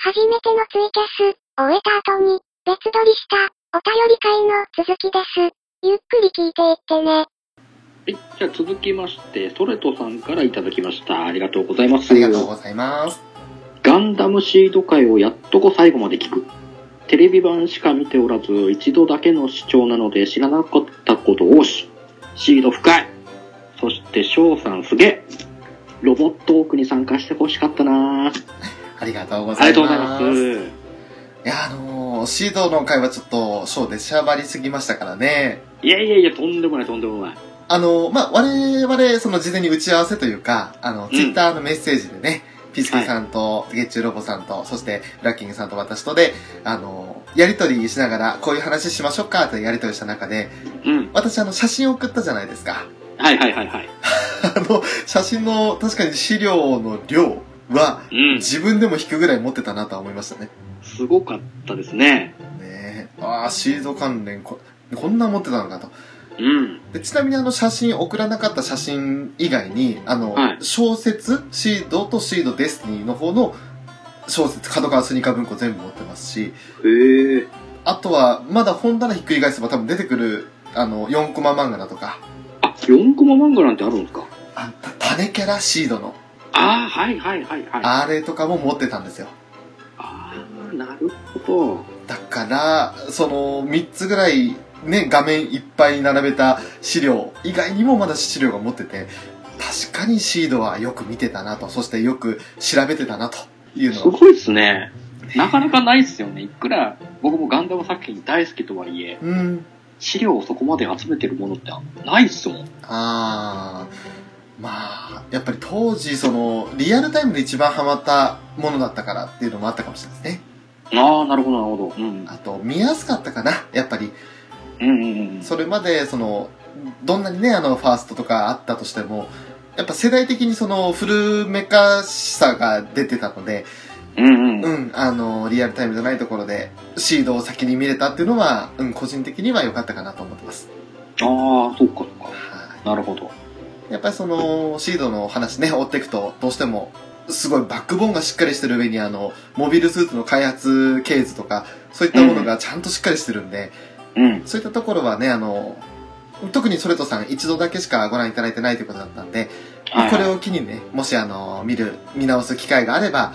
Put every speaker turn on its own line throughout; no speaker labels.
初めてのツイキャスを終えた後に、別撮りしたお便り会の続きです。ゆっくり聞いていってね。
はい、じゃあ続きまして、ソレトさんからいただきました。ありがとうございます。
ありがとうございます。
ガンダムシード会をやっとこ最後まで聞く。テレビ版しか見ておらず、一度だけの視聴なので知らなかったことをし、シード深い。そして、翔さんすげえ。ロボットオークに参加してほしかったなあ
ありがとうご
り
ざ
が
い
とうござい
ま。
ます
い
す。
や、あのー、シードの回はちょっと、ショーでしゃばりすぎましたからね。
いやいやいや、とんでもないとんでもない。
あのー、まあ、我々、その事前に打ち合わせというか、あの、
ん
ツイッターのメッセージでね、ピスケさんと、月中ロボさんと、そして、ブラッキングさんと私とで、あのー、やりとりしながら、こういう話しましょうか、というやりとりした中で、
うん。
私、あの、写真を送ったじゃないですか。
はいはいはいはい。
あの、写真の、確かに資料の量は、
うん。
自分でも引くぐらい持ってたなとは思いましたね。
すごかったですね。
ねえああシード関連ここんな持ってたのかと
うん。
でちなみにあの写真送らなかった写真以外にあの、
はい
小説シードとシードデスティニーの方の小説角川スニーカー文庫全部持ってますし
へえ。
あとはまだ本棚ひっくり返せば多分出てくるあの4コマ漫画だとか
あ、4コマ漫画なんてあるんですか
あた種キャラシードの
ああ、はいはいはいはい。
あれとかも持ってたんですよ
ああなるほ
だからその3つぐらいね画面いっぱいに並べた資料以外にもまだ資料が持ってて確かにシードはよく見てたなとそしてよく調べてたなという
どす
のを
ごいですねなかなかないっすよねいくら僕もガンダム作品大好きとはいえ
うん
資料をそこまで集めてるものってないっすもん
ああまあやっぱり当時そのリアルタイムで一番ハマったものだったからっていうのもあったかもしれないですね
ああなるほどなるほどうん
あと見やすかったかなやっぱり
うんうんうん
それまでそのどんなにねあのファーストとかあったとしてもやっぱ世代的にその古めかしさが出てたので、
うんう
うんん、あの、リアルタイムじゃないところで、シードを先に見れたっていうのは、うん、個人的には良かったかなと思ってます。
ああそうかそうか
は
なるほど
い。やっぱりその、シードの話ね、追っていくと、どうしても、すごいバックボーンがしっかりしてる上に、あの、モビルスーツの開発ケースとか、そういったものがちゃんとしっかりしてるんで、
うん
そういったところはね、あの、特にソレトさん一度だけしかご覧いただいてないということだったんで、
はい
これを機にね、もしあの、見る、見直す機会があれば、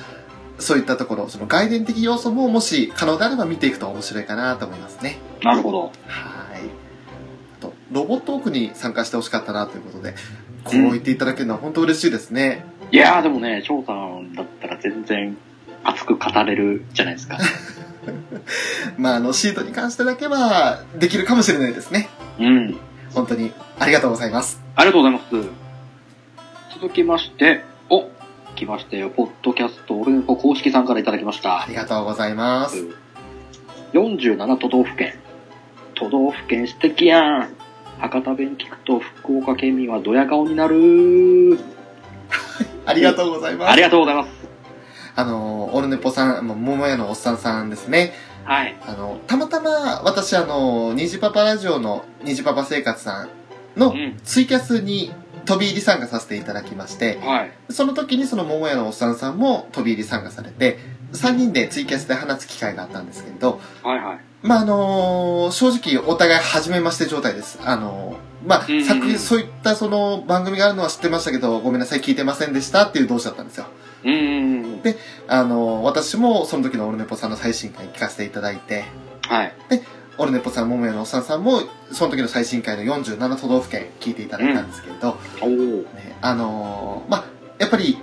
そういったところ、その外伝的要素ももし可能であれば見ていくと面白いかなと思いますね。
なるほど
はい。あと、ロボットオークに参加してほしかったなということで、こう言っていただけるのは本当嬉しいですね。
いやーでもね翔さんだったら全然熱く語れるじゃないですか
まあ、あの、シートに関してだけは、できるかもしれないですね。
うん
本当に、ありがとうございます。
ありがとうございます。続きまして、お来ましたよ。ポッドキャストオルネポ公式さんからいただきまし
あ
た。
りがとうございます。
47都道府県。都道府県素敵やん。博多弁聞くと福岡県民はドヤ顔になる。
ありがとうございます
あり。がとうございます。
あの、オルネポさん、も桃屋のおっさんさんですね。
はい。
あの、たまたま私、あの、ニジパパラジオのニジパパ生活さんの
うん。
ツイキャスに飛び入り参加させていただきまして、
はい。
その時にその桃屋のおっさんさんも飛び入り参加されて、3人でツイキャスで話す機会があったんですけれど、
はいはい。
まあ、あの正直お互い初めまして状態です。あのまあ
うんうん、
作品、そういったその番組があるのは知ってましたけど、ごめんなさい、聞いてませんでしたっていう同士だったんですよ。
うーん。
であの私もその時のオルネポさんの最新回聞かせていただいて、
はい。
オルネポさん、桃屋のおっさんさんも、その時の最新回の47都道府県聞いていただいたんですけれど、
おー。
ね、あのーまあ、やっぱり、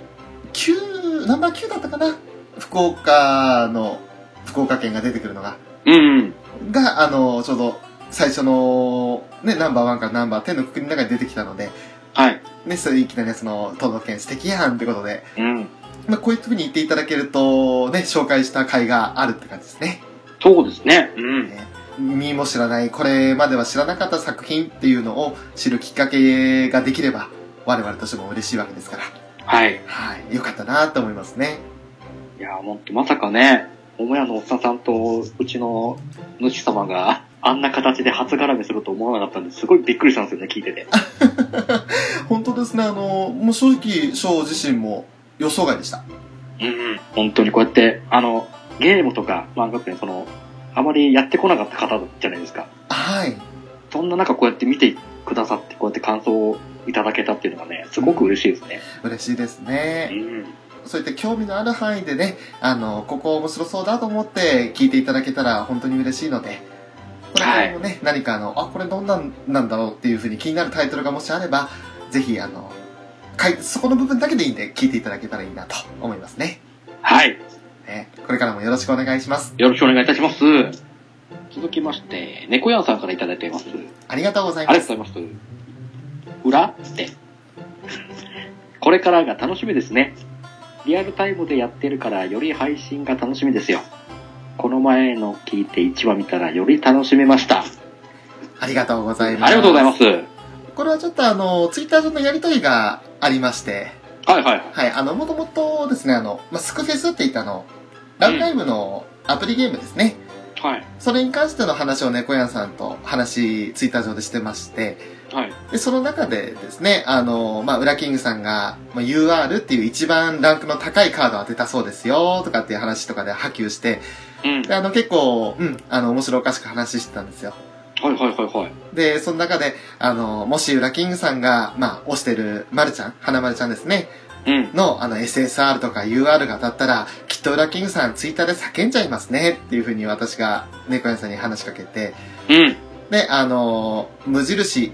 9、ナンバー9だったかな福岡の、福岡県が出てくるのが、
うん。
が、あのーちょうど、最初の、ね、ナンバー1からナンバー10の国の中に出てきたので、
はい。
ね、それいきなりその、都道府県素敵やんってことで、
うん。
まあ、こういうふうに言っていただけると、ね、紹介した回があるって感じですね。
そうですね。うん。
身も知らないこれまでは知らなかった作品っていうのを知るきっかけができれば我々としても嬉しいわけですから、
はい。
はい、よかったなと思いますね
いやー、ほんとまさかね、桃屋のおっさんさんとうちの主様があんな形で初絡みすると思わなかったんですごいびっくりしたんですよね、聞いてて。
本当ですねあのもう正直翔自身も予想外でした
うん、本当にこうやって、あの、ゲームとか漫画ってその、あまりやってこなかった方じゃないですか。
はい。
そんな中こうやって見てくださって、こうやって感想をいただけたっていうのがね、すごく嬉しいですね。
嬉しいです
う
ね。
ん。
そういった興味のある範囲でね、あの、ここ面白そうだと思って聞いていただけたら本当に嬉しいので、これからもね、何かあの、あ、これどんなんなんだろうっていうふうに気になるタイトルがもしあれば、ぜひあの、かいそこの部分だけでいいんで聞いていただけたらいいなと思いますね。
はい。
ねこれからもよろしくお願いします。
よろしくお願いいたします。続きまして、猫やんさんからいただいています。
ありがとうござい
あ
ま
り
す。
がとうございます。裏って。これからが楽しみですね。リアルタイムでやってるから、より配信が楽しみですよ。この前の聞いて1話見たら、より楽しめました。
ありがとうございます。
ありがとうございます。はい
これはちょっとあの、ツイッター上のやりとりがありまして、
はいはい。
はい、あの、もともとですね、あの、まあ、スクフェスって言ったあの、ラブライブのアプリゲームですね。
はい。
それに関しての話を猫やんさんと話、ツイッター上でしてまして、
はい。
で、その中でですね、あの、まあ、ウラキングさんが、まあ、UR っていう一番ランクの高いカードを当てたそうですよ、とかっていう話とかで波及して、
うん。
で、あの、結構、うん、あの、面白おかしく話してたんですよ。
はいはいはいはい。
で、その中で、あの、もしウラキングさんが、まあ、推してる、まるちゃん、花丸ちゃんですね、
うん。
の、あの、SSR とか UR が当たったら、きっとウラキングさんツイッターで叫んじゃいますね、っていうふうに私が、猫屋さんに話しかけて、
うん。
で、あの、無印、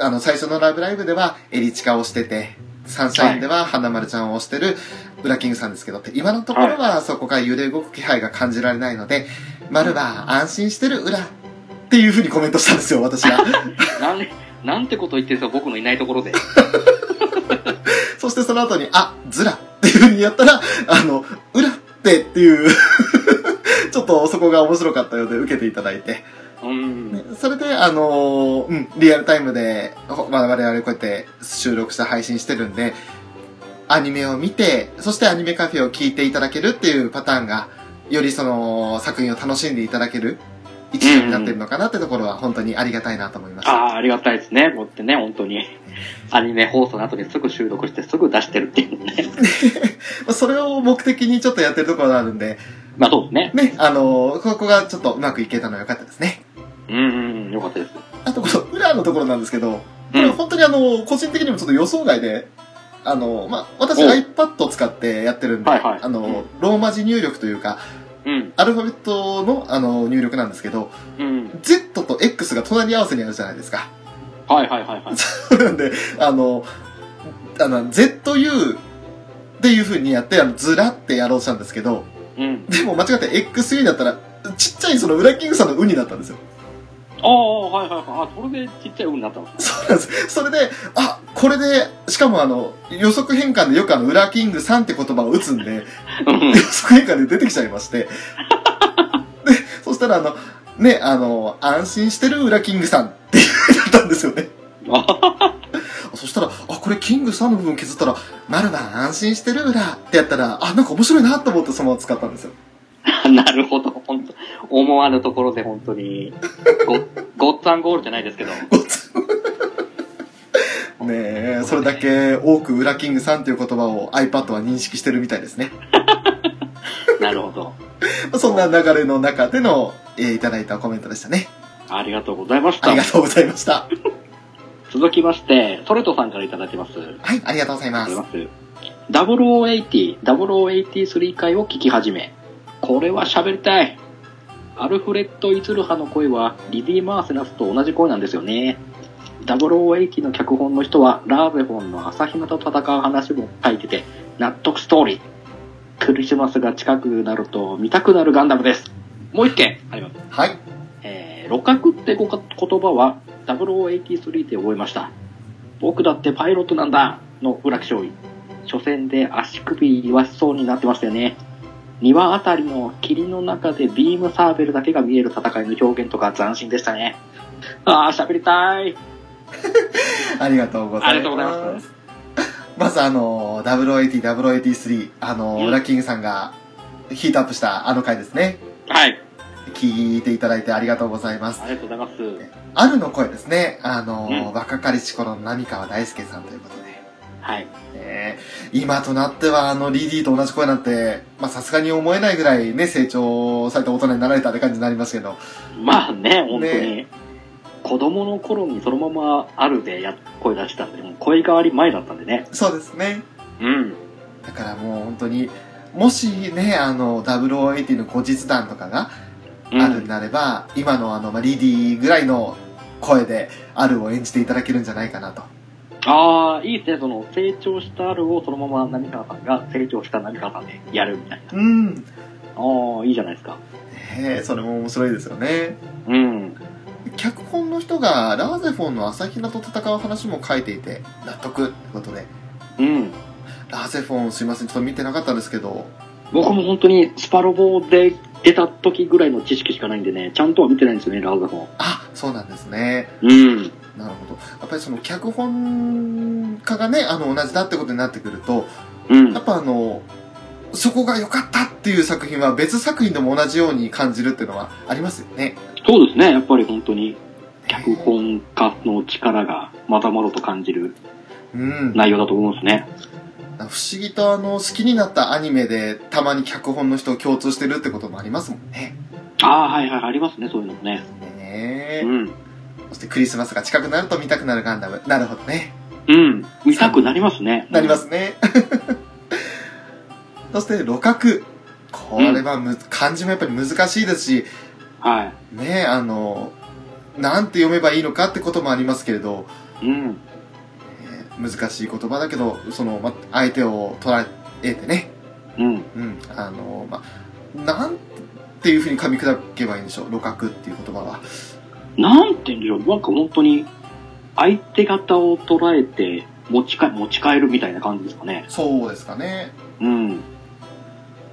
あの、最初のラブライブでは、エリチカをしてて、サンシャインでは、花丸ちゃんを推してる、ウラキングさんですけどって、今のところは、そこから揺れ動く気配が感じられないので、丸は安心してる、ウラ、っていうふうにコメントしたんですよ、私 が。
なん、なんてこと言ってるんですか、僕のいないところで。
そしてその後に、あ、ずらっていう風にやったら、あの、うらってっていう、 ちょっとそこが面白かったようで受けていただいて。
うん。
ねそれで、あのーうん、リアルタイムで、ほまあ、我々こうやって収録して配信してるんで、アニメを見て、そしてアニメカフェを聞いていただけるっていうパターンが、よりその作品を楽しんでいただける一年になってるのかなってところは本当にありがたいなと思います。
ああ、ありがたいですね。こうやってね、本当に。アニメ放送の後にすぐ収録してすぐ出してるっていうね。
それを目的にちょっとやってるところがあるんで、
まあそうですね。
ね、あのーここがちょっとうまくいけたのは良かったですね。
うんうん、よかったです。
あと、この裏のところなんですけど、こ
う
れ
ん。
本当にあのー個人的にもちょっと予想外で、あのーまあ、私
お
iPad を使ってやってるんで、
はいはい
あのーローマ字入力というか、
うん。
アルファベットの、あのー入力なんですけど、
うん。
Z と X が隣り合わせにあるじゃないですか。
はいはいはいはい。
なんで、あのーあの、ZU っていう風にやって、あの、ずらってやろうとしたんですけど、
うん。
でも間違って XU だったら、ちっちゃいその裏キングさんのウになったんですよ。
ああ、はいはいはい。あ、それでちっちゃい「う」になったの。
そうなんです。それで、あ、これで、しかもあの、予測変換でよくあの、ウラキング3って言葉を打つんで、
うん
予。測変換で出てきちゃいまして。で、そしたらあの、ね、あの、安心してるウラキングさんって言ったんですよね。
あ
そしたら、あ、これキングさんの部分削ったら、まるは安心してるウラってやったら、あ、なんか面白いなと思ってそのまま使ったんですよ。
なるほど。本当思わぬところで本当に。ご、ごっつぁんゴールじゃないですけど。
ごつねえ、それだけ多くウラキングさんという言葉を iPad は認識してるみたいですね。
なるほど。
そんな流れの中での、えーいただいたコメントでしたね。
ありがとうございまし
あ
た
りが。とうございました。
続きまして、ソレトさんからいただいてます。
はい、ありがとうございま
あり
す。
ます。0080、0083回を聞き始め、これは喋りたい。アルフレッド・イツルハの声はリディ・マーセナスと同じ声なんですよね。0080の脚本の人はラーベホンの朝比奈と戦う話も書いてて、納得ストーリー。クリスマスが近くなると見たくなるガンダムです。もう一件あります。
はい、
えー、六角ってごか言葉は0083で覚えました。僕だってパイロットなんだの浦木勝利。初戦で足首言わしそうになってましたよね。庭あたりの霧の中でビームサーベルだけが見える戦いの表現とか斬新でしたね。ああ、喋りたい。
ありがとうございます。
ありがとうございます。
まずあの、WAT、WAT3、あの、
うん
ウラキングさんがヒートアップしたあの回ですね。
はい。
聞いていただいてありがとうございます。
ありがとうございます。
あるの声ですね。あの、
うん
若かりし頃の浪川大輔さんということで。
はい。
ねえ今となってはあのリディと同じ声なんて、まあさすがに思えないぐらいね、成長された大人になられたって感じになりますけど、
まあね、本当に。
ね
子供の頃にそのままあるでや声出したんで、もう声変わり前だったんでね。
そうですね。
うん。
だからもう本当に、もしね、あの、0080の後日談とかが
うん、
あるんであれば、今のあの、まあ、リディぐらいの声であるを演じていただけるんじゃないかなと。
ああ、いいですね。その、成長したあるをそのまま波川さんが成長した波川さんでやるみたいな。
うん。
ああ、いいじゃないですか。
へえ、それも面白いですよね。
うん。
脚本の人がラーゼフォンの朝比奈と戦う話も書いていて、納得ということで。
うん。
ラーゼフォンすいません、ちょっと見てなかったんですけど、
僕も本当にスパロボで出た時ぐらいの知識しかないんでね、ちゃんとは見てないんですよね、ラウザフォン。
あ、そうなんですね。
うん。
なるほど。やっぱりその脚本家がね、あの、同じだってことになってくると、
うん
や。っぱあの、そこが良かったっていう作品は別作品でも同じように感じるっていうのはありますよね。
そうですね、やっぱり本当に、脚本家の力がまだまだと感じる
うん。
内容だと思うんですね。
不思議とあの、好きになったアニメでたまに脚本の人を共通してるってこともありますもんね。
ああ、はいはい、ありますね、そういうのもね。
ねえ
うん。
そしてクリスマスが近くなると見たくなるガンダム。なるほどね。
うん。見たくなりますね。
なりま。すね。 そして、路角。これはむ、漢字もやっぱり難しいですし、
は
ねえ、あの、なんて読めばいいのかってこともありますけれど、
い。うん。
えー難しい言葉だけど、その、ま、相手を捉えてね、
うん。
うん、あの、ま、なんていうふうに噛み砕けばいいんでしょう、路角っていう言葉は。
なんて言うんでしょう、なんか本当に、相手方を捉えて、持ちか、持ち帰るみたいな感じですかね。
そうですかね。
うん。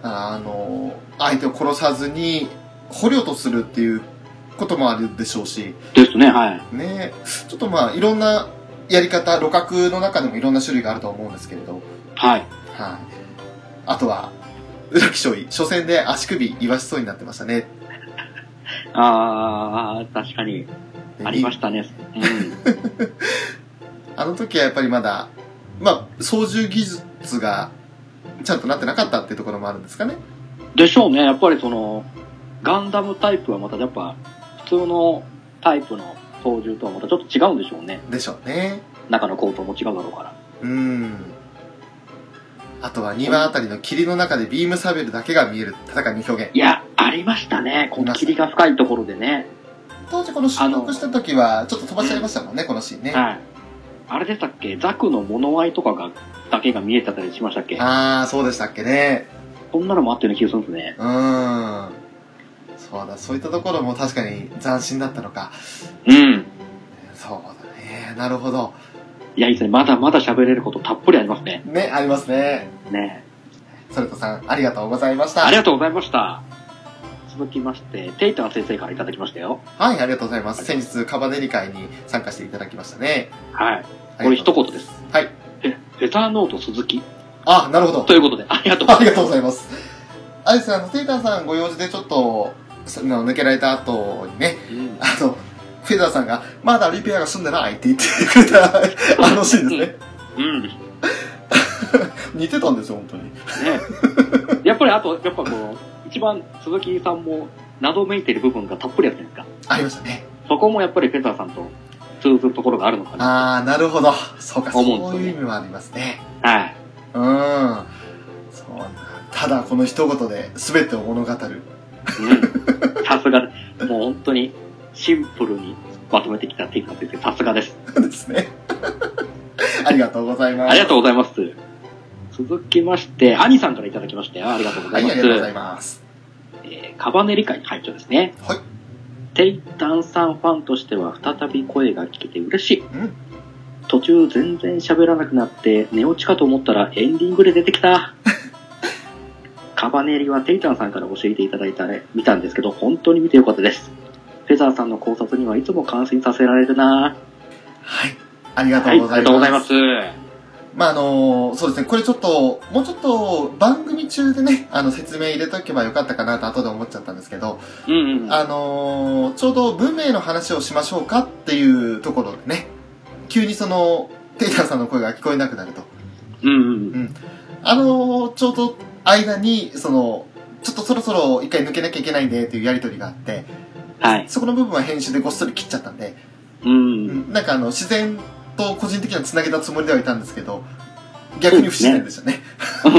あの、相手を殺さずに捕虜とするっていうこともあるでしょうし、
ですね、はい。
ねちょっとまあいろんなやり方路角の中でもいろんな種類があると思うんですけれど、はい、
はい。
あとは浦木勝尉初戦で足首言わしそうになってましたね
ああ、確かに、
で
ありましたね。うん。
あの時はやっぱりまだまあ操縦技術がちゃんとなってなかったっていうところもあるんですかね
でしょうね、やっぱりその、ガンダムタイプはまたやっぱ、普通のタイプの操縦とはまたちょっと違うんでしょうね。
でしょうね
中の構造も違うだろうから。
うんあとは2番あたりの霧の中でビームサベルだけが見える戦いの表現
いや、ありましたね。この霧が深いところでね。
当時この収録した時はちょっと飛ばしちゃいましたもんねこのシーンね、
はい。あれでしたっけザクの物合いとかが、だけが見えてたりしましたっけ
ああそうでしたっけね
そんなのもあったような気がするんですね。
うーん。そうだ、そういったところも確かに斬新だったのか。
うん。
そうだね。なるほど。
いや、いいですね。まだまだ喋れることたっぷりありますね。
ね、ありますね。
ね
ソルトさん、ありがとうございました。
ありがとうございました。続きまして、テイター先生からいただきましたよ。
はい、ありがとうございます。先日、カバネリ会に参加していただきましたね。
はい。
ありがとう
これ一言です。
はい。
えフェザーノート鈴木。
あ、なるほど
と。いうことで、ありがとうご
あ
ざい
りが
ま
とうございます。あれですね、あの、テイターさんご用事でちょっと、その抜けられた後にね、
す。うん
あの、フェザーさんが、まだリペアが済んでないって言ってくれた、あのシーンですね。
うん。ね
似てたんですよ、本当に。
やっぱり、あと、やっぱこの、一番鈴木さんも謎めいてる部分がたっぷりあったじゃないですか。
ありましたね。
そこもやっぱりフェザーさんと通ずるところがあるのかな。
ああ、なるほど。そうか、そ
思うんですよね
ういう意味もありますね。
はい。
うん。そうなんただ、この一言で全てを物語る。
うん。さすがです。もう本当にシンプルにまとめてきたテイカ先生、さすがです。
ですね。 ありがとうございます。
ありがとうございます。続きまして、アニさんからいただきまして、ありがとうござい
は
ま
い、あ
す。
りがとうございます。
えーカバネリ会会長ですね。
はい。
テイタンさんファンとしては再び声が聞けて嬉しい。
うん
途中全然喋らなくなって寝落ちかと思ったらエンディングで出てき た。カバネリはテイタンさんから教えていただいたね、見たんですけど、本当に見てよかったです。フェザーさんの考察にはいつも感心させられるな
はい。ありがと
はい、あ
う
り
ござ
が
います。
とうございます。
まあ、あのーそうですね、これちょっと、もうちょっと番組中でね、あの、説明入れとけばよかったかなと後で思っちゃったんですけど、
うんうん。
あのーちょうど文明の話をしましょうかっていうところでね、急にその、テイターさんの声が聞こえなくなると。
うん
あのちょうど間に、その、ちょっとそろそろ一回抜けなきゃいけないんでっていうやりとりがあって、
はい。
そこの部分は編集でごっそり切っちゃったんで、
うん。
なんかあの、自然と個人的には繋げたつもりではいたんですけど、逆に不自然でしたね。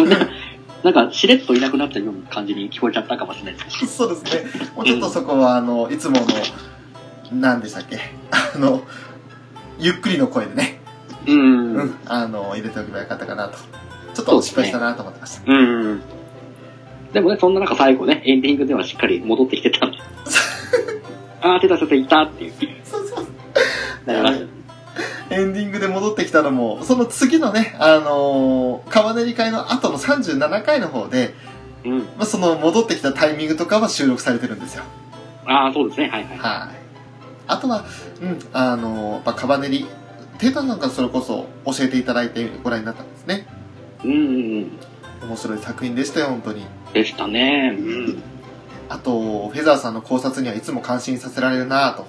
なんか、しれっといなくなったような感じに聞こえちゃったかもしれないですね。
そうですね。もうちょっとそこは、あの、いつもの、何でしたっけ。あの、ゆっくりの声でね、
う。
うんん、あの、入れておけばよかったかなと。ちょっと失敗したなと思ってました。
うん。でもね、そんな中最後ね、エンディングではしっかり戻ってきてたんで。あー、手出せていたっていう、
そうそう
なりました。
エンディングで戻ってきたのも、その次のね、あのー、川練り会の後の37回の方で、
うん。
まあ、その戻ってきたタイミングとかは収録されてるんですよ。
あー、そうですね。はいはい。
はい。あとは、うん、あのー、まあ、川練り、テータなんかそれこそ教えていただいてご覧になったんですね。
うんうんうん。
面白い作品でしたよ、本当に。
でしたね。うん。
あと、フェザーさんの考察にはいつも感心させられるなぁと。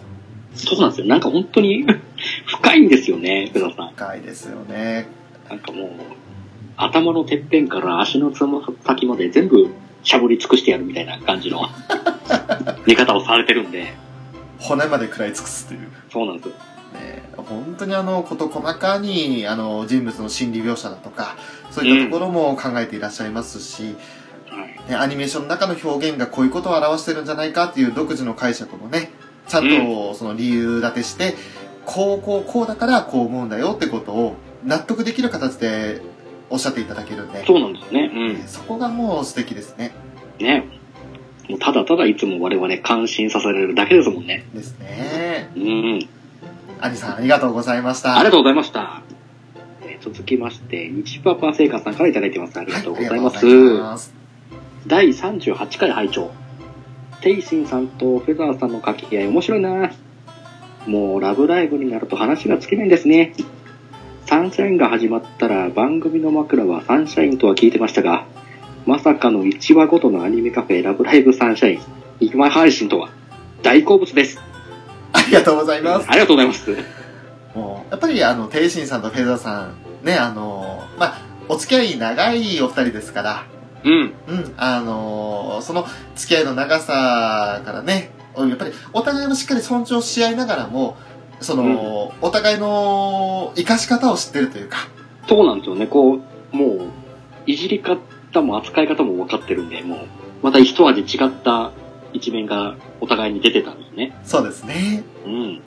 そうなんですよ。なんか本当に深いんですよね、福田さん。
深いですよね。
なんかもう、頭のてっぺんから足のつま先まで全部しゃぶり尽くしてやるみたいな感じの見方をされてるんで、
骨まで食らい尽くすという。
そうなんですよ。
ね、本当にあのこと細かにあの人物の心理描写だとかそういったところも考えていらっしゃいますし、
はい。
ね、アニメーションの中の表現がこういうことを表してるんじゃないかっていう独自の解釈もねちゃんとその理由立てして、こうこうこうだからこう思うんだよってことを納得できる形でおっしゃっていただけるんで
そうなんですね。う
ねそこがもう素敵ですね。
ん。ね。もうただただいつも我々感心させられるだけですもんね。
ですね。
うん。
アニさんありがとうございました。
ありがとうございました。えー続きまして、日パパ生活さんからいただいてます。ありがとうございま
は
す。
ありがとうございます
第38回拝聴テイシンさんとフェザーさんの掛け合い面白いなもうラブライブになると話が尽きないんですねサンシャインが始まったら番組の枕はサンシャインとは聞いてましたがまさかの1話ごとのアニメカフェラブライブサンシャイン一枚配信とは大好物です
ありがとうござい
あ
ます。
りがとうございます
もうやっぱりあの天心さんとフェザーさんねあのまあお付き合い長いお二人ですから
うん
うんあのその付き合いの長さからねやっぱりお互いのしっかり尊重し合いながらもその、お互いの生かし方を知ってるというか
そうなんですよねこうもういじり方も扱い方も分かってるんでもうまた一味違った一面がお互いに出てたんですね
そうですね
うん。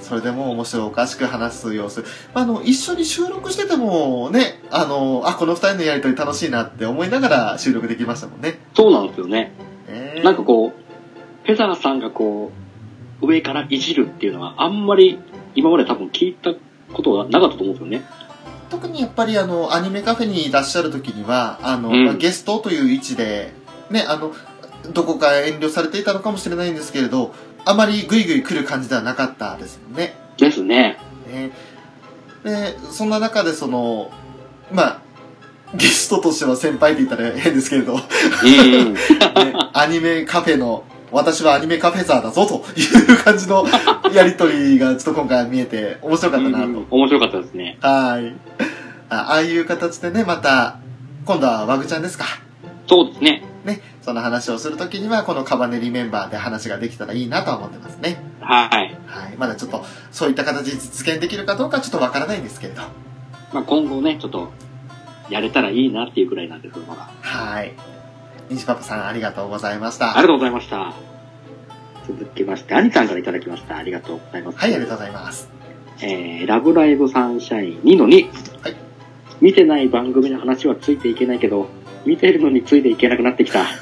それでもう面白おかしく話す様子、まあ、あの一緒に収録しててもねあのあこの二人のやりとり楽しいなって思いながら収録できましたもんね
そうなんですよね。
ね
なんかこう、フェザーさんがこう、上からいじるっていうのは、あんまり今まで多分聞いたことはなかったと思うんですよね。
特にやっぱりあのアニメカフェにいらっしゃる時にはあの、
うん
まあゲストという位置で、ね、あのどこか遠慮されていたのかもしれないんですけれどあまりグイグイ来る感じではなかったですもんね。
ですね。
ねでそんな中でそのまあゲストとしては先輩って言ったら変ですけれど、ね、
うん。
アニメカフェの私はアニメカフェザーだぞという感じのやりとりがちょっと今回見えて面白かったなと
面白かったですね。
はい。あああいう形でね、また、今度はワグちゃんですか。
そうですね。
ね。その話をするときには、このカバネリメンバーで話ができたらいいなとは思ってますね。
はい。
はい。まだちょっと、そういった形で実現できるかどうかちょっとわからないんですけれど。
まあ今後ね、ちょっと、やれたらいいなっていうくらいなんですけど、まだ。
はい。西パパさん、ありがとうございまし
ありが
た。はい、
とうございました。続きまして、アニさんからいただきました。ありがとうございます。
ありがとうございます。
えーラブライブサンシャイン2の2。
はい
見てない番組の話はついていけないけど、見てるのについていけなくなってきた。
はい。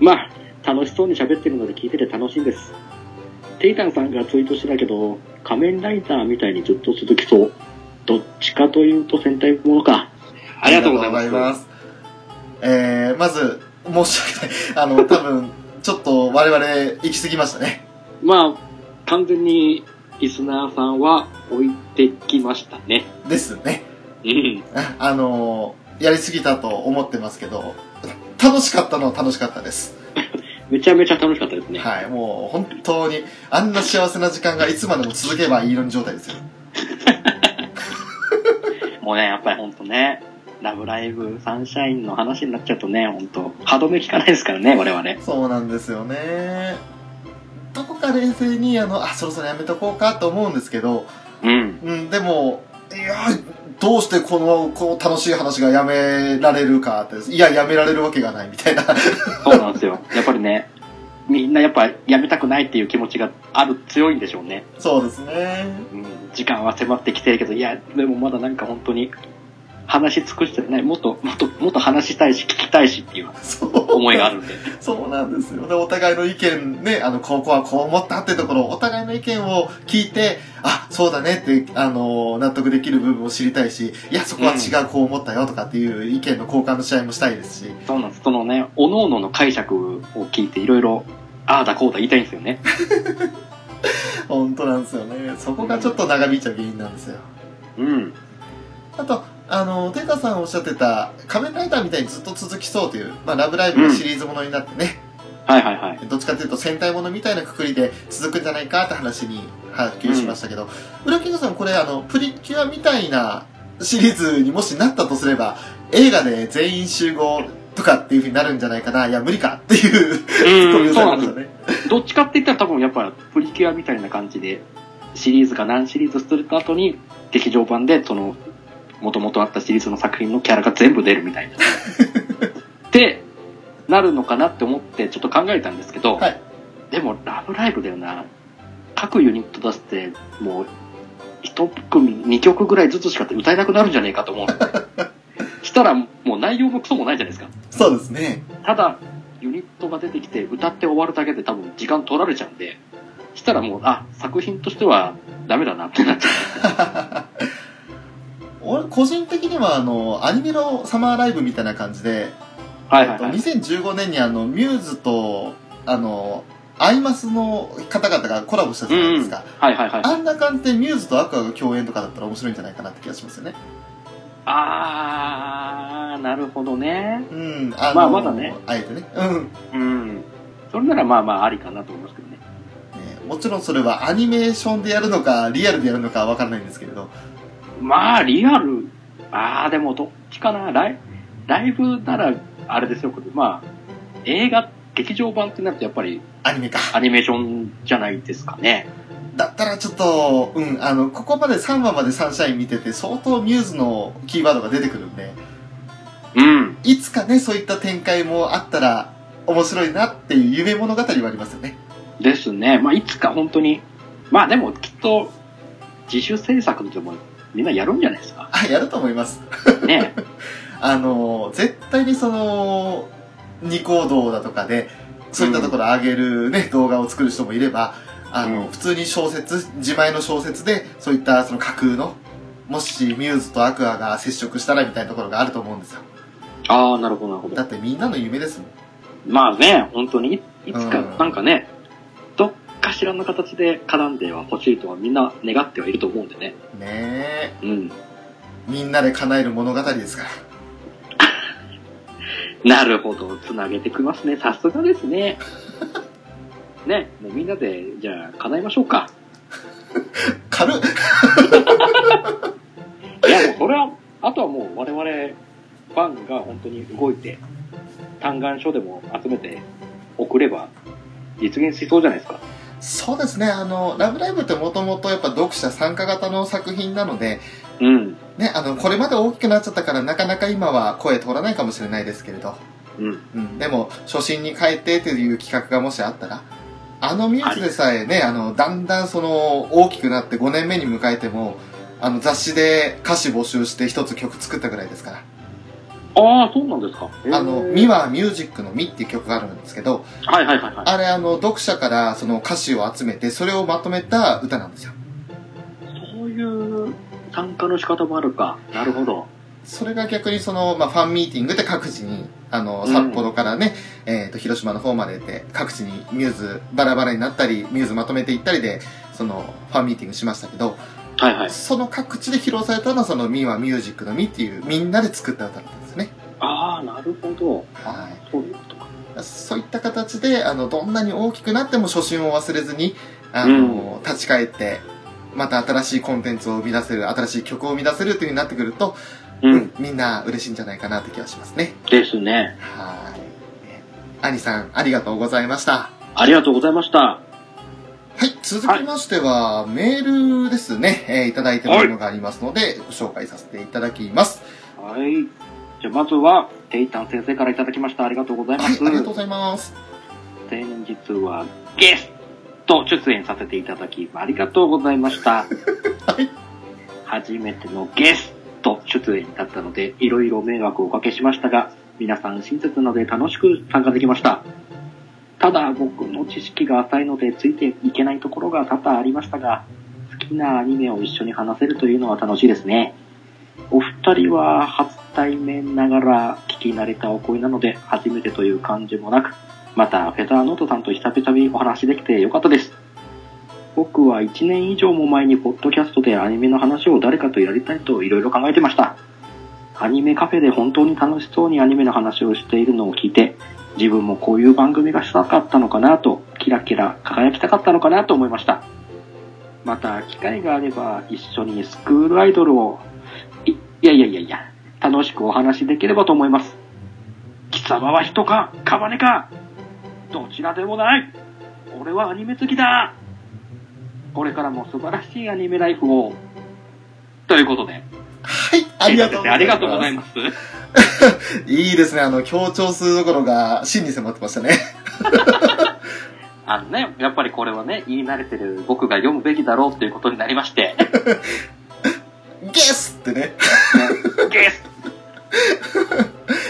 まあ、楽しそうに喋ってるので聞いてて楽しいんです。テイタンさんがツイートしてたけど、仮面ライダーみたいにずっと続きそう。どっちかというと戦隊ものか。ありがとうございます。
ありがとうございます。えー、まず、申し訳ない。あの、多分、ちょっと我々、行き過ぎましたね。
まあ、完全にリスナーさんは置いてきましたね。
ですね。
うん。
あのやりすぎたと思ってますけど、楽しかったのは楽しかったです。
めちゃめちゃ楽しかったですね。
はい、もう本当に、あんな幸せな時間がいつまでも続けばいいのに状態ですよ。
もうね、やっぱりほんとね、ラブライブ、サンシャインの話になっちゃうとね、ほんと、歯止め効かないですからね、我々。
そうなんですよねどこか冷静にあのあそろそろやめとこうかと思うんですけど、
うん。
うん、でもいやどうしてこのこう楽しい話がやめられるかっていややめられるわけがないみたいな
そうなんですよ。やっぱりね、みんなやっぱやめたくないっていう気持ちがある、強いんでしょうね。
そうですね
うん。時間は迫ってきてるけど、いや、でもまだなんか本当に、話し尽くしてない。もっと、もっと、もっと話したいし、聞きたいしっていう
そう
思いがあるんで。
そうなんですよ。で、お互いの意見ね、あの、高校はこう思ったってところ、お互いの意見を聞いて、あ、そうだねって、あの、納得できる部分を知りたいし、いや、そこは違う、こう思ったよとかっていう意見の交換の試合もしたいですし、
そうなんです。そのね、おのおのの解釈を聞いて、いろいろ、ああだこうだ言いたいんですよね。
本当なんですよね。そこがちょっと長引いちゃう原因なんですよ。
うん。
あと、あの、テイタさんおっしゃってた、仮面ライダーみたいにずっと続きそうという、まあ、ラブライブのシリーズものになってね、
はいはいはい。
どっちかというと戦隊ものみたいなくくりで続くんじゃないかって話にはっきりしましたけど、ウラキングさんこれあのプリキュアみたいなシリーズにもしなったとすれば映画で全員集合とかっていうふうになるんじゃないかないや無理かっていう
うん、
さ
そうな
れま
ん
し
で
た
す。
ね
どっちかって言ったら多分やっぱプリキュアみたいな感じで、シリーズか何シリーズすると後に、劇場版でその、元々あったシリーズの作品のキャラが全部出るみた いな。で、なるのかなって思ってちょっと考えたんですけど、
はい
でもラブライブだよな。各ユニット出して、もう、一組、二曲ぐらいずつしか歌えなくなるんじゃねえかと 思う。したらもう内容もクソもないじゃないですか。
そうですね
ただユニットが出てきて歌って終わるだけで多分時間取られちゃうんでしたらもうあ作品としてはダメだなってなっちゃ
俺個人的にはあのアニメのサマーライブみたいな感じで、
うはいはいはい
2015年にあのミューズとあのアイマスの方々がコラボしたじゃないですか、
はいはいはい
あんな感じでミューズとアクアが共演とかだったら面白いんじゃないかなって気がしますよね。
あーなるほどね
うん。あ
まあまだね。
あえてね。うん。ね
うんそれならまあまあありかなと思いますけどね
もちろんそれはアニメーションでやるのか、リアルでやるのかわからないんですけれど。
まあリアルあーでもどっちかなライライブならあれですよこれまあ映画劇場版ってなるとやっぱり
アニメか。
アニメーションじゃないですかね
だったらちょっと、うん、あの、ここまで3話までサンシャイン見てて、相当ミューズのキーワードが出てくるんで、
うん
いつかね、そういった展開もあったら、面白いなっていう夢物語はありますよね。
ですね。まあ、いつか本当に。まあ、でもきっと、自主制作でもみんなやるんじゃないですか。
あ、やると思います。
ね。
あの、絶対にその、ニコ動だとかで、そういったところ上げるね、動画を作る人もいれば、あの、
うん
普通に小説、自前の小説で、そういったその架空の、もしミューズとアクアが接触したらみたいなところがあると思うんですよ。
ああ、なるほど、なるほど。
だってみんなの夢ですもん。
まあね、本当に、いいつか
うん
なんかね、どっかしらの形で絡んでは欲しいとはみんな願ってはいると思うんでね。
ねえ。
うん。
みんなで叶える物語ですから。
なるほど、つなげてきますね。さすがです ね。ね、もうみんなで、じゃあ、叶えましょうか。
軽っ
いや、もうそれは、あとはもう我々、ファンが本当に動いて、嘆願書でも集めて送れば、実現しそうじゃないですか。
そうですね、あの、ラブライブってもともとやっぱ読者参加型の作品なので、
うん。
ね、あの、これまで大きくなっちゃったからなかなか今は声通らないかもしれないですけれど、
うん。
うん、でも初心に変えてという企画がもしあったらあのミューズでさえね、あのだんだんその大きくなって5年目に迎えてもあの雑誌で歌詞募集して一つ曲作ったぐらいですから
ああ、そうなんですか。
「あの
へー
ミはミュージックの「ミ」っていう曲があるんですけど
はいはいはいはい。
あれあの読者からその歌詞を集めてそれをまとめた歌なんですよ
そういう参加の仕方もあるか。なるほど。
それが逆にその、まあ、ファンミーティングで各自にあの
うん
札幌からね、えー、と広島の方までで各地にミューズバラバラになったりミューズまとめていったりでそのファンミーティングしましたけど
はいはい。
その各地で披露されたのはその「ミはミュージックの「ミ」っていうみんなで作った歌だったんですね。
ああ、なるほど。
は
そういうことか。
い、そういった形であのどんなに大きくなっても初心を忘れずにあの、立ち返ってまた新しいコンテンツを生み出せる、新しい曲を生み出せるという風になってくると、
う
うんん。みんな嬉しいんじゃないかなって気がしますね。
ですね。
はい。ね兄さん、ありがとうございました。
ありがとうございました。
はい、続きましては、メールですね、えーいただいてるものがありますので、ご紹介させていただきます。
はい。じゃあ、まずは、テイタン先生からいただきました。ありがとうございま
はい、
す。
ありがとうございます。
先日はゲスト出演させていただきありがとうございました、
はい
初めてのゲスト出演だったのでいろいろ迷惑をおかけしましたが皆さん親切なので楽しく参加できましたただ僕の知識が浅いのでついていけないところが多々ありましたが好きなアニメを一緒に話せるというのは楽しいですねお二人は初対面ながら聞き慣れたお声なので初めてという感じもなくまた、フェザーノートさんと久々にお話できてよかったです。僕は1年以上も前にポッドキャストでアニメの話を誰かとやりたいといろいろ考えてました。アニメカフェで本当に楽しそうにアニメの話をしているのを聞いて、自分もこういう番組がしたかったのかなと、キラキラ輝きたかったのかなと思いました。また、機会があれば一緒にスクールアイドルを、いいやいやいやいや、楽しくお話しできればと思います。貴様は人か、カバネか、どちらでもない俺はアニメ好きだこれからも素晴らしいアニメライフをということで、
はい、ありがとうございます。
ありがとうございます。
いいですね、あの、強調するところが、真に迫ってましたね。
あのね、やっぱりこれはね、言い慣れてる僕が読むべきだろうということになりま して、ね
ゲスってね。
ゲス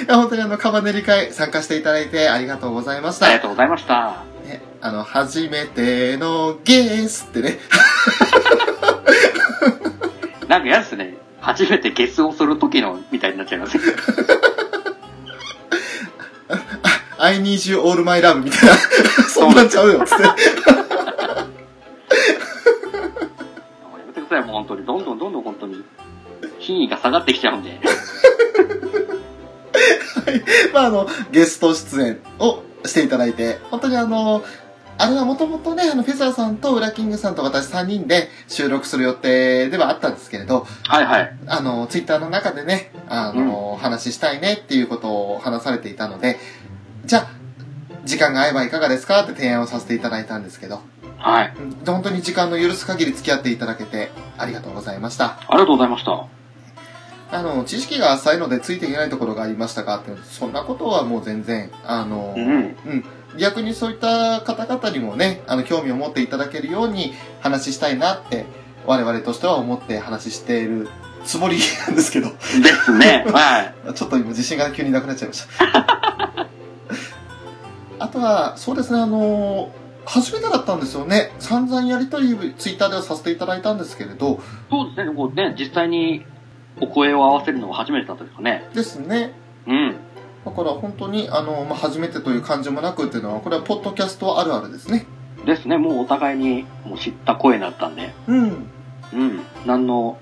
いや、本当にあの、カバネリ会参加していただいてありがとうございまし
トありが
た。
とうございました。
ね、あの、初めてのゲスってね。
なんか嫌ですね。初めてゲスをする時のみたいになっちゃいます。
I need you all my love みたいな。そんなんちゃうよ、つって。
もうやめてください、もう本当に。どんどんどんどん本当に。品位が下がってきちゃうんで。
まあ、あの、ゲスト出演をしていただいて、本当にあの、あれはもともとね、あの、フェザーさんとウラキングさんと私3人で収録する予定ではあったんですけれど、
はいはい。
あの、ツイッターの中でね、あの、お話ししたいねっていうことを話されていたので、じゃあ、時間が合えばいかがですかって提案をさせていただいたんですけど、
はい。
うん本当に時間の許す限り付き合っていただけてありがとうございました。
ありがとうございました。
あの、知識が浅いのでついていけないところがありましたが、ってそんなことはもう全然、あの、
うん。
逆にそういった方々にもね、あの、興味を持っていただけるように話したいなって、我々としては思って話しているつもりなんですけど、
ですね。はい。
ちょっと今自信が急になくなっちゃいました。 あとは、そうですね、あの、初めてだったんですよね。散々やりとり、ツイッターではさせていただいたんですけれど、
そうですね、こうね、実際にお声を合わせるのが初めてだったですかね。
ですね。
うん。
だから本当に、あの、まあ、初めてという感じもなくっていうのは、これはポッドキャストあるあるですね。
ですね、もうお互いにもう知った声だったんで、
うん。
うん。何の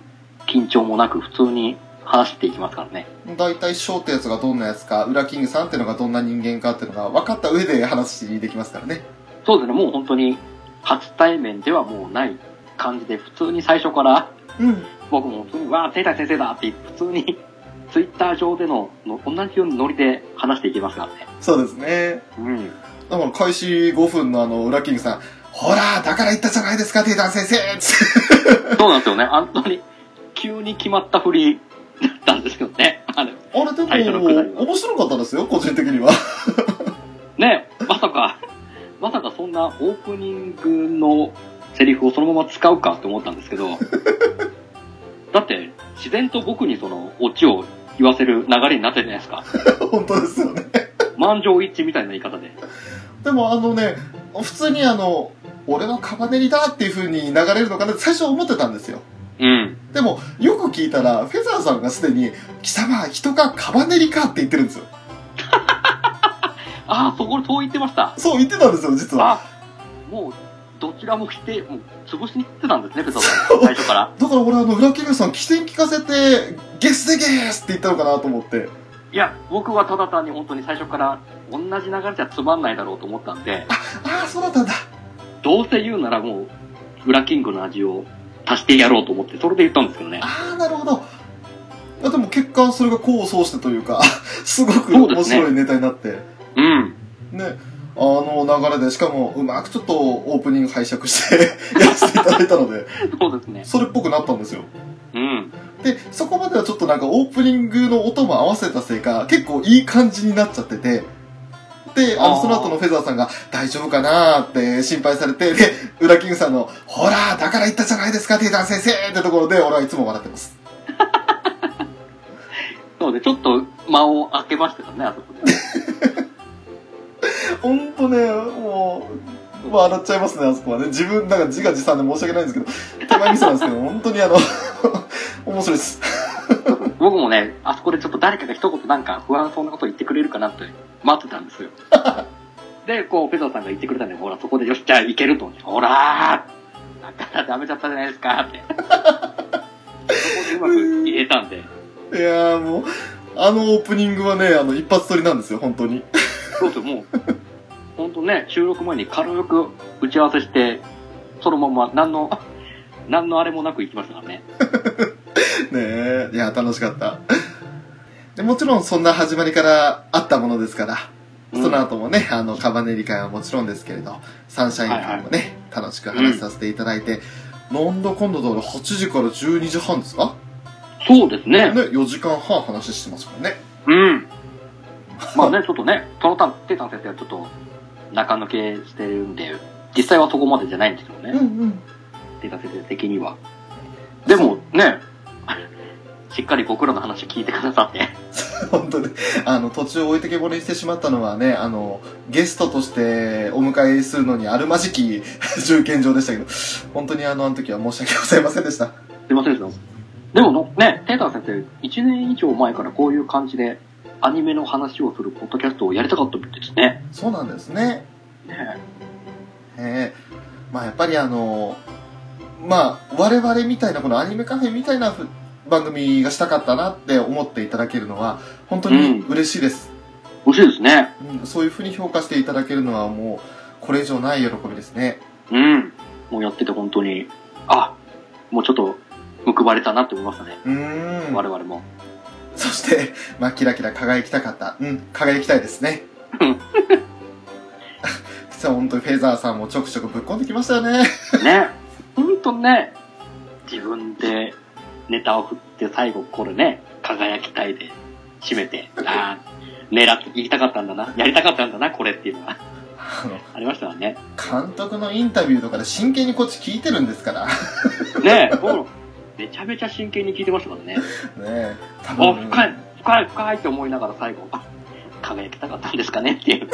緊張もなく普通に話していきますからね。
大体、ショーってやつがどんなやつか、裏キングさんっていうのがどんな人間かっていうのが分かった上で話できますからね。
そうですね、もう本当に初対面ではもうない感じで、普通に最初から、
うん。
僕も普通に、わあ、テイタイ先生だって、普通に、 ツイッター上でのの同じようなノリで話していきますからね。
そうですね。
うん。
だから開始5分のあの、裏キングさん、ほら、だから言ったじゃないですか、テータン先生つって
そうなんですよね、本当に、急に決まった振りだったんですけどね。あれ
あれで
タイトルくらいは
も、面白かったですよ、個人的には。
ねまさか、まさかそんなオープニングのセリフをそのまま使うかって思ったんですけど、だって自然と僕にそのオチを言わせる流れになってるじゃないですか。
本当ですよね。
満場一致みたいな言い方で。
でもあのね、普通にあの、俺はカバネリだっていう風に流れるのかなって最初思ってたんですよ。
うん。
でも、よく聞いたら、フェザーさんがすでに、貴様、人かカバネリかって言ってるんですよ。
ああ、そこそう言ってました。
そう言ってたんですよ、実は。
あもう、どちらも来て、もう潰しに来てたんですね、ペソさん。最初から。
だから俺、あの、裏キングさん、起点聞かせて、ゲスでゲスって言ったのかなと思って。
いや、僕はただ単に本当に最初から同じ流れじゃつまんないだろうと思ったんで、
ああ、そうだったんだ。
どうせ言うならもう、裏キングの味を足してやろうと思って、それで言ったんですけどね。
ああ、なるほど。あでも結果、それが功を奏してというか、 すごく
そう
面
ですね
白いネタになって。
うん。
ね、あの流れで、しかもうまくちょっとオープニング拝借して やらせていただいたので、
そうですね。
それっぽくなったんですよ。
うん。
で、そこまではちょっとなんかオープニングの音も合わせたせいか、結構いい感じになっちゃってて、で、あ
あ
の、
ー
その後のフェザーさんが大丈夫かなーって心配されて、で、ウラキングさんの、ほらー、だから言ったじゃないですか、テータン先生ってところで、俺はいつも笑ってます。
そうで、ちょっと間を空けましたからね、あそこで。
ほんとね、もう、笑っちゃいますね、あそこはね。自分、なんか自画自賛で申し訳ないんですけど、手前味噌なんです けど、本当にあの、面白いです。
僕もね、あそこでちょっと誰かが一言なんか不安そうなこと言ってくれるかなって待ってたん ですよ。で、こう、フェザーさんが言ってくれたんで、ほら、そこで、よし、じゃあいけると思って、ほらーだからダメだったじゃないですかって。そこ でうまく言えたんで。
いやーもう、あのオープニングはね、あの、一発撮りなんですよ、本当に。
そうですよ、もう、ほんとね、収録前に軽く打ち合わせして、そのまま、何の、何のあれもなく行きましたからね。
ねえ、いや、楽しかった。でもちろん、そんな始まりからあったものですから、
うん
その後もね、あの、カバネリ会はもちろんですけれど、サンシャイン会もね、楽しく話させていただいて、なんだかんだだから8時から12時半ですか
そうです
ね、
ね。
4時間半話してますもんね。
うん。まあ ね、ちょっとね、そのたん、テータン先生はちょっと、中抜けしてるんで、実際はそこまでじゃないんですけど
うん
ね、
うん。
テータン先生的には。でもね、 しっかり僕らの話聞いてくださって。
本当にあの途中置いてけぼりにしてしまったのはねあのゲストとしてお迎えするのにあるまじき 中堅上でしたけど本当にあのあの時は申し訳ございませんでした
すいませんでした。でものね、テータン先生、1年以上前からこういう感じで、アニメの話をするポッドキャストをやりたかったみたいですね。
そうなんですね
ね
えまあやっぱりあのまあ我々みたいなこのアニメカフェみたいなふ番組がしたかったなって思っていただけるのは本当に嬉しいです、
欲しいですね。
うんそういうふうに評価していただけるのはもうこれ以上ない喜びですね
うん。もうやってて本当に、あ、もうちょっと、報われたなって思いましたね。
うーん
我々も。
そして、まあ、キラキラ輝きたかった。うん、輝きたいですね
うん。
実は本当にフェザーさんもちょくちょくぶっこんできましたよね。
ね、ほんとね、自分でネタを振って最後これね、輝きたいで締めて、ああ、狙って行きたかったんだな、やりたかったんだな、これっていうのは
あの
ありましたわね。
監督のインタビューとかで真剣にこっち聞いてるんですから。ね
ねえ、もうめちゃめちゃ真剣に聞いてましたからね。
え、多
あ、
分。
深い、深い、深いって思いながら最後、あ輝きたかったんですかねっていう。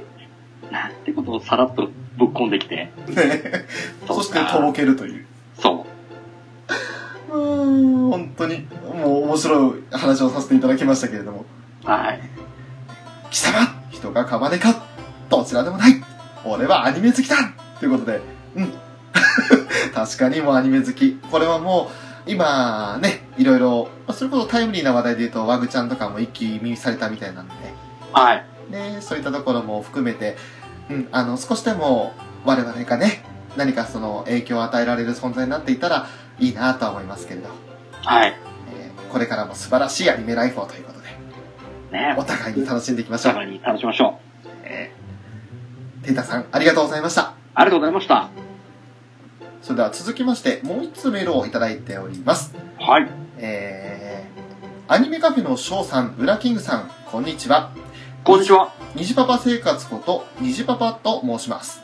なんてことをさらっとぶっこんできて。
ねえそして、とぼけるという。
そう
ーん、本当に、もう面白い話をさせていただきましたけれども。
う。はい。
貴様人がカバネかどちらでもない俺はアニメ好きだということで、うん。 確かにもうアニメ好き。これはもう、今ね、いろいろ、まあそれこそタイムリーな話題で言うと、ワグちゃんとかも一気に耳されたみたいなんで、
はい。
ね、そういったところも含めて、うん、あの、少しでも我々がね、何かその影響を与えられる存在になっていたらいいなとは思いますけれど、
はい。
えーこれからも素晴らしいアニメライフをということで、
ねえ、
お互いに楽しんでいきま
お
しょう。
互いに楽しみましょう。
えーテータさん、ありがとうございました。
ありがとうございました。
それでは続きまして、もう一通メールをいただいております。
はい。
えー、アニメカフェの翔さん、ウラキングさん、こんにちは。
こんにちは。
虹パパ生活こと、虹パパと申します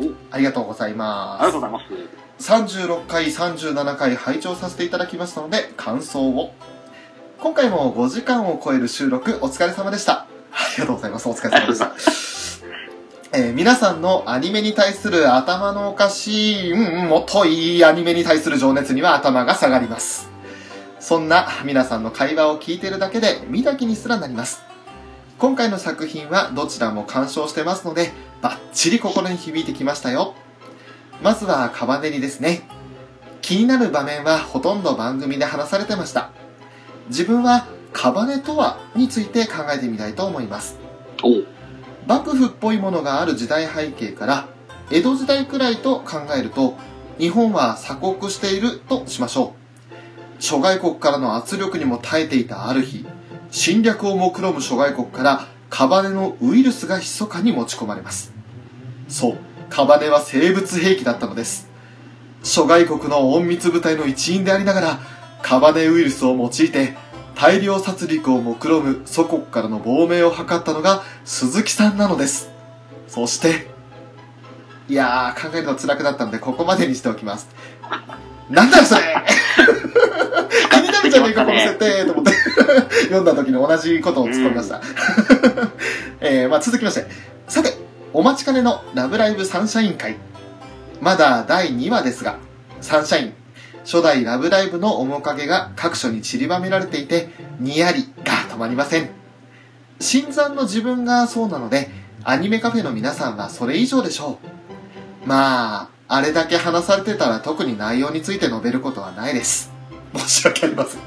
お。
ありがとうございま
ありがとうご。
す
ざいます。
36回、37回拝聴させていただきましたので、感想を。今回も5時間を超える収録、お疲れ様でした。ありがとうございます。お疲れ様でした。えー皆さんのアニメに対する頭のおかしい、うんうん、もっといいアニメに対する情熱には頭が下がります。そんな皆さんの会話を聞いてるだけで見た気にすらなります。今回の作品はどちらも鑑賞してますので、バッチリ心に響いてきましたよ。まずはカバネリですね。気になる場面はほとんど番組で話されてました。自分はカバネとはについて考えてみたいと思います。
おう。
幕府っぽいものがある時代背景から江戸時代くらいと考えると日本は鎖国しているとしましょう。諸外国からの圧力にも耐えていたある日、侵略を目論む諸外国からカバネのウイルスが密かに持ち込まれます。そう、カバネは生物兵器だったのです。諸外国の隠密部隊の一員でありながら、カバネウイルスを用いて、大量殺戮を目論む祖国からの亡命を図ったのが鈴木さんなのです。そして、いやー、考えるの辛くなったので、ここまでにしておきます。なんだよ、それ気になるじゃねえか、この設定と思って。読んだ時に同じことを突っ込みました。 えーまあ、続きまして。さて、お待ちかねのラブライブサンシャイン会。まだ第2話ですが、サンシャイン、初代ラブライブの面影が各所に散りばめられていて、にやりが止まりません。新参の自分がそうなので、アニメカフェの皆さんはそれ以上でしょう。まあ、あれだけ話されてたら特に内容について述べることはないです。申し訳ありません。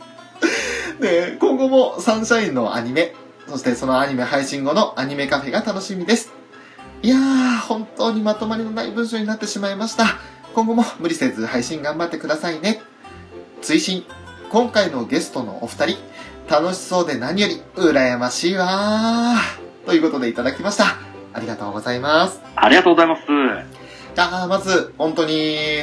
で、今後もサンシャインのアニメ、そしてそのアニメ配信後のアニメカフェが楽しみです。いやー、本当にまとまりのない文章になってしまいました。今後も無理せず配信頑張ってくださいね。追伸、今回のゲストのお二人、楽しそうで何より羨ましいわー。ということでいただきました。ありがとうございます。
ありがとうございます。
あーまず、本当に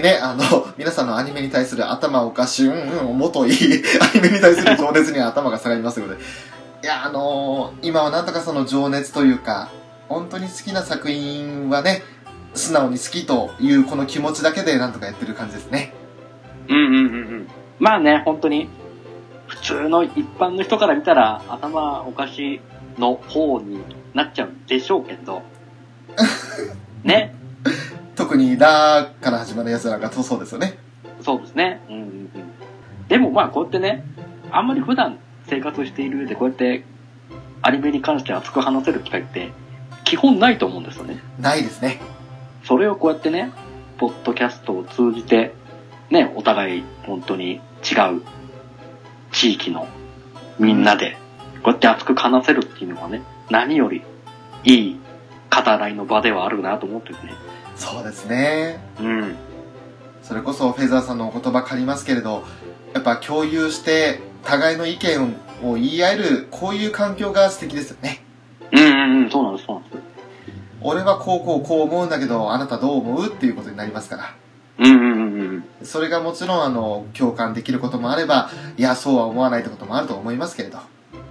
ね、あの、皆さんのアニメに対する頭おかしい、うんうん、もといい、アニメに対する情熱には頭が下がりますので。いや、あのー今はなんとかその情熱というか、本当に好きな作品はね、素直に好きというこの気持ちだけでなんとかやってる感じですね。
うんうんうんうん。まあね、本当に、普通の一般の人から見たら、頭おかしの方になっちゃうんでしょうけど。ね、
特に、ラーから始まる奴らがとそうですよね。
そうですね。うんうんうん。でもまあ、こうやってね、あんまり普段生活している上で、こうやって、アニメに関して熱く話せる機会って、基本ないと思うんですよね。
ないですね。
それをこうやってね、ポッドキャストを通じて、ね、お互い本当に違う地域のみんなで、こうやって熱く話せるっていうのはね、何よりいい語らいの場ではあるなと思ってるね。
そうですね。
うん。
それこそフェザーさんのお言葉借りますけれどやっぱ共有して互いの意見を言い合えるこういう環境が素敵ですよね
うんうんうん、そうなんです、そうなんです。
俺はこうこうこう思うんだけどあなたどう思うっていうことになりますから
うんうんうんうん。
それがもちろんあの共感できることもあればいやそうは思わないってこともあると思いますけれど、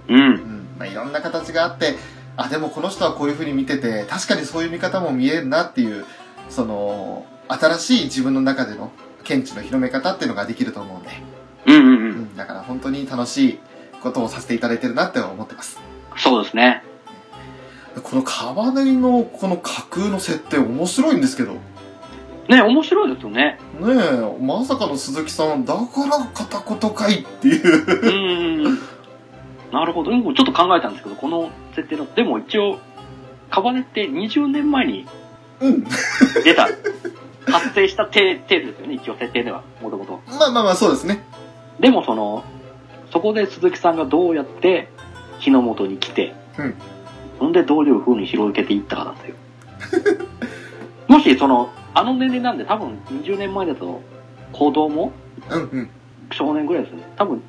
うん
う。んまあ、いろんな形があってあでもこの人はこういうふうに見てて確かにそういう見方も見えるなっていうその新しい自分の中での見地の広め方っていうのができると思うんで
うんうんう。
うんんだから本当に楽しいことをさせていただいてるなって思ってます。
そうですね。
このカバネリのこの架空の設定面白いんですけど。ね
ね、面白いですよね。
え、まさかの鈴木さん、だから片言かいっていう。
うんうんうん。なるほど。でもちょっと考えたんですけど、この設定の、でも一応、カバネって20年前に
うん。
出た。発生した程度ですよね、一応設定では、もともと。
まあまあまあ、そうですね。
でもその、そこで鈴木さんがどうやって日の元に来て、
うん
ほんでどういう風に広げていったかなんですよ。 もしその、あの年齢なんで多分20年前だと行動も
うんうん。
少年ぐらいですよね。多分、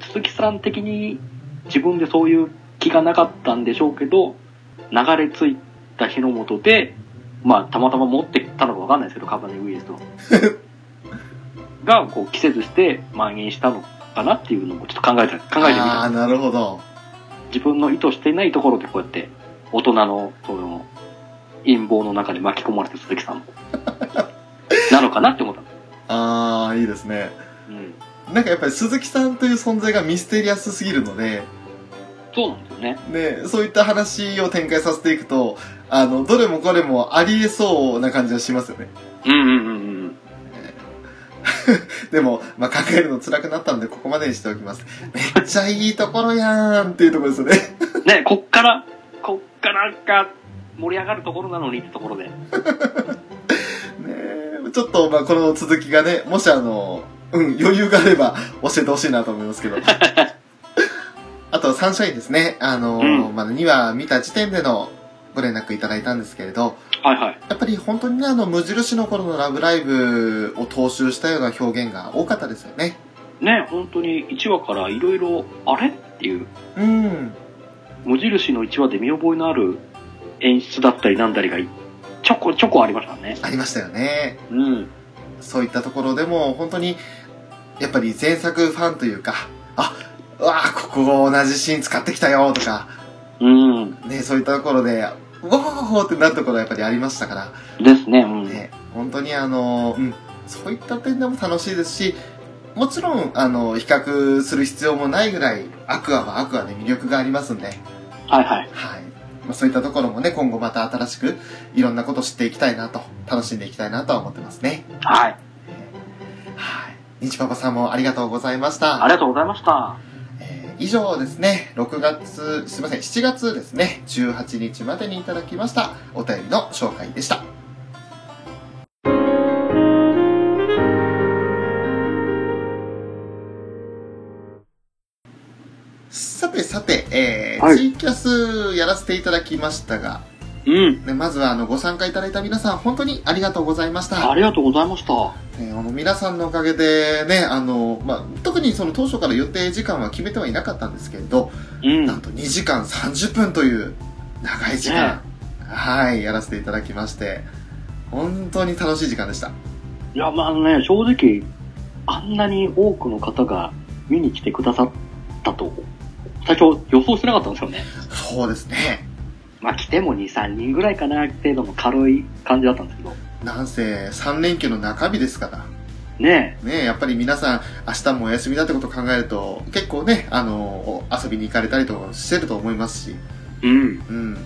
鈴木さん的に自分でそういう気がなかったんでしょうけど、流れ着いた日の元で、まあ、たまたま持ってたのかわかんないですけど、カバネウイルスを。が、こう、季節して蔓延したのかなっていうのもちょっと考えた、考えてみ
あ
た。
あ、なるほど。
自分の意図していないところでこうやって、大人の、その、陰謀の中に巻き込まれて鈴木さんも。なのかなって思った。
ああ、いいですね。
うん。
なんかやっぱり鈴木さんという存在がミステリアスすぎるので、
そうなんですよね。
ね、そういった話を展開させていくと、あの、どれもこれもありえそうな感じはしますよね。
うんうんうんうん。
でも、まあ、考えるの辛くなったんで、ここまでにしておきます。めっちゃいいところやーんっていうところですよね。
ねこっからこっからが盛り上がるところなのにってところで
ねえちょっと、まあ、この続きがね、もしあの、うん、余裕があれば教えてほしいなと思いますけど。 あと、サンシャインですね。あのー
う
まだ2話見た時点での、ご連絡いただいたんですけれど、
はいはい。
やっぱり本当にね、あの、無印の頃のラブライブを踏襲したような表現が多かったですよね。
ね、本当に1話からいろいろ、あれっていう、
うん。
無印の1話で見覚えのある演出だったりなんだりが、ちょこちょこありましたね。
ありましたよね。
うん。
そういったところでも、本当に、やっぱり前作ファンというか、あ、うわあ、ここ同じシーン使ってきたよとか、
うん。
ね、そういったところで、わーってなるところはやっぱりありましたから、
ですね、うん。
ね、本当にあの、うん、そういった点でも楽しいですし、もちろん、あの、比較する必要もないぐらい、アクアはアクアで魅力がありますんで、
はいはい。
はい。まあ、そういったところもね、今後また新しく、いろんなことを知っていきたいなと、楽しんでいきたいなとは思ってますね。
はい。
はい。日パパさんもありがとうございました。
ありがとうございました。
えー以上ですね、6月、すいません、7月ですね、18日までにいただきました、お便りの紹介でした。さてさて、えー
はい
ツイキャスやらせていただきましたが、
うん。
ね、まずはあのご参加いただいた皆さん、本当にありがとうございました。
ありがとうございました。
ねあの皆さんのおかげでね、あの、まあ、特にその当初から予定時間は決めてはいなかったんですけれど、
うん。
なんと2時間30分という長い時間、はい、やらせていただきまして、本当に楽しい時間でした。
いや、まあね、正直、あんなに多くの方が見に来てくださったと、最初予想してなかったんですよね。
そうですね。
まあ来ても2、3人ぐらいかな、程度の軽い感じだったんですけど。
なんせ3連休の中日ですから、
ね
ね、やっぱり皆さん明日もお休みだってことを考えると、結構ね、あの、遊びに行かれたりとかしてると思いますし、
え。うん。
うん。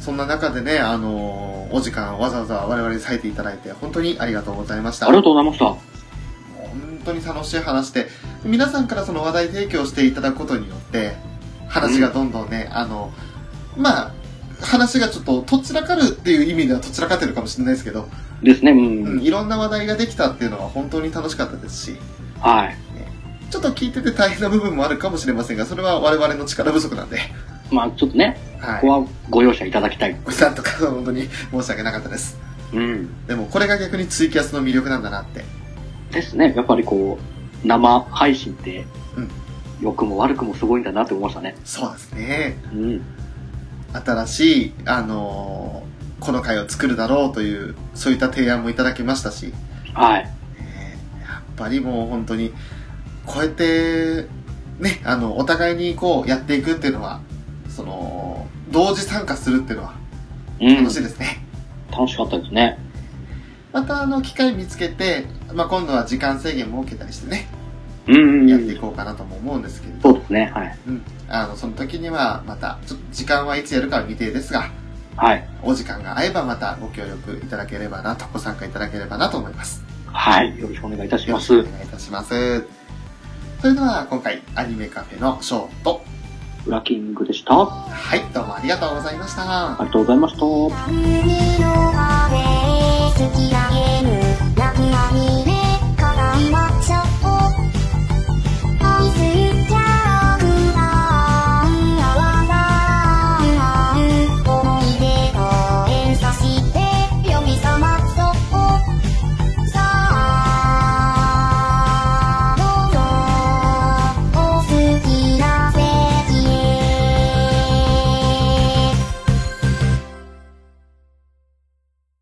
そんな中でね、あのお時間わざわざ我々に割いていただいて、本当にありがとうございまし
あ
た。
りがとうございました。
本当に楽しい話で、皆さんからその話題提供していただくことによって、話がどんどんね、あの、まあ、話がちょっととっちらかるっていう意味ではとっちらかってるかもしれないですけど、
ですね、う
うん、
ん。
いろんな話題ができたっていうのは本当に楽しかったですし、
はい。
ちょっと聞いてて大変な部分もあるかもしれませんが、それは我々の力不足なんで、
まあちょっとね、
は
こ
い。
こはご容赦いただきたい。
ごさんとか本当に申し訳なかったです。
うん。
でもこれが逆にツイキャスの魅力なんだなって。
ですね、やっぱりこう、生配信って
うん、
良くも悪くもすごいんだなって思いましたね。
そうですね。
うん。
新しい、あのーこの回を作るだろうという、そういった提案もいただきましたし、
はい。
ねやっぱりもう本当に、こうやって、ね、あの、お互いにこうやっていくっていうのは、その、同時参加するっていうのは
うん。
楽しい
楽
ですね。
しかったですね。
またあの、機会見つけて、まあ、今度は時間制限設けたりしてね、
うんうん
や
う
ってい
ん。
こうかなとも思うんですけれど、
そうですね、はい。
うん。あの、その時にはまた、ちょっと時間はいつやるかは未定ですが、
はい。
お時間が合えばまたご協力いただければなと、ご参加いただければなと思います。
はい。よろしくお願いいたし
よ
ま
ろしく
す
お。願いいたします。それでは今回アニメカフェのショート。
ブラキングでした。あ
はい、どうもありがとうございました。
りがとうございました。
海の上好きだ